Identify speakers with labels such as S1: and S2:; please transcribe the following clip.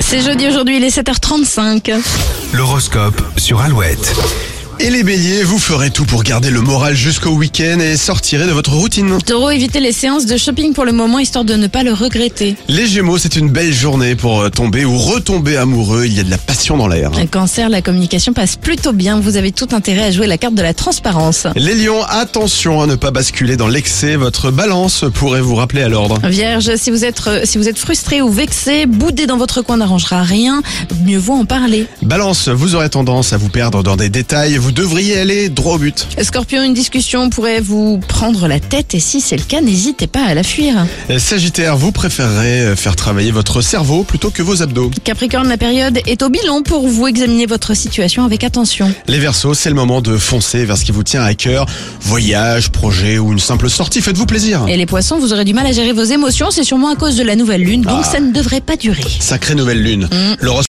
S1: C'est jeudi aujourd'hui, il est 7h35.
S2: L'horoscope sur Alouette.
S3: Et les béliers, vous ferez tout pour garder le moral jusqu'au week-end et sortirez de votre routine.
S1: Taureau, évitez les séances de shopping pour le moment, histoire de ne pas le regretter.
S3: Les gémeaux, c'est une belle journée pour euh, tomber ou retomber amoureux, il y a de la passion dans l'air.
S1: Un cancer, la communication passe plutôt bien, vous avez tout intérêt à jouer la carte de la transparence.
S3: Les lions, attention à ne pas basculer dans l'excès, votre balance pourrait vous rappeler à l'ordre.
S1: Vierge, si vous êtes, euh, si vous êtes frustré ou vexé, bouder dans votre coin n'arrangera rien, mieux vaut en parler.
S3: Balance, vous aurez tendance à vous perdre dans des détails, vous devriez aller droit au but.
S1: Scorpion, une discussion pourrait vous prendre la tête et si c'est le cas, n'hésitez pas à la fuir.
S3: Et Sagittaire, vous préférerez euh, faire travailler votre cerveau plutôt que vos abdos.
S1: Capricorne, la période est au bilan pour vous examiner votre situation avec attention.
S3: Les Verseaux, c'est le moment de foncer vers ce qui vous tient à cœur, voyage, projet ou une simple sortie, faites-vous plaisir.
S1: Et les poissons, vous aurez du mal à gérer vos émotions, c'est sûrement à cause de la nouvelle lune, donc ça ne devrait pas durer.
S3: Sacrée nouvelle lune. L'horoscope